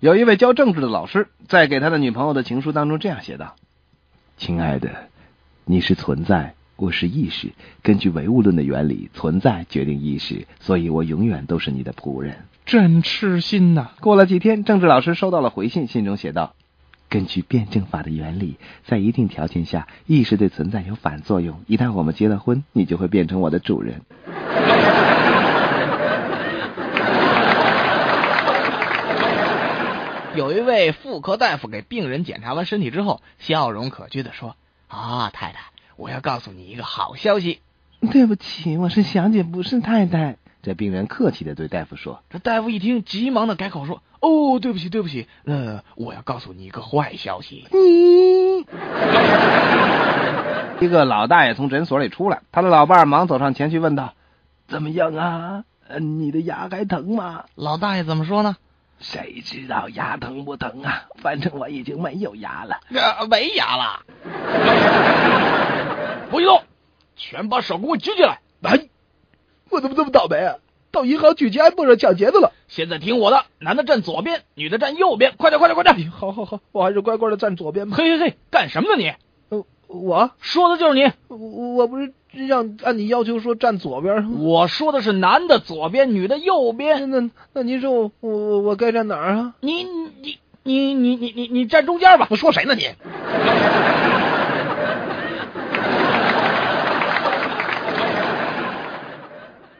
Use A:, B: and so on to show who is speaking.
A: 有一位教政治的老师在给他的女朋友的情书当中这样写道：“
B: 亲爱的，你是存在，我是意识。根据唯物论的原理，存在决定意识，所以我永远都是你的仆人。”
C: 真痴心呐、
A: 过了几天，政治老师收到了回信，信中写道
B: 根据辩证法的原理，在一定条件下，意识对存在有反作用。一旦我们结了婚，你就会变成我的主人。：“
D: 有一位妇科大夫给病人检查完身体之后，笑容可掬的说：“啊，太太，我要告诉你一个好消息。
B: 对不起，我是小姐，不是太太。这病人客气的对大夫说”
D: 这大夫一听，急忙的改口说：“哦，对不起，对不起，呃，我要告诉你一个坏消息。：“
A: 一个老大爷从诊所里出来，他的老伴儿忙走上前去问道：‘怎么样啊？呃你的牙还疼吗’。”
D: 老大爷怎么说呢？
A: 谁知道牙疼不疼啊？反正我已经没有牙了。
D: 呃，没牙了。 不许动，全把手给我举起来！
A: 哎，我怎么这么倒霉啊？到银行取钱碰上抢劫的了。
D: 现在听我的，男的站左边，女的站右边，快点，快点，快点！
A: 哎好好好，我还是乖乖的站左边吧。
D: 嘿嘿嘿，干什么呢你？
A: 呃，我
D: 说的就是你。
A: 我我不是让按你要求说站左边。
D: 我说的是男的左边，女的右边。
A: 那那您说我我我该站哪儿啊？
D: 你你你你你你你站中间吧！我说谁呢你？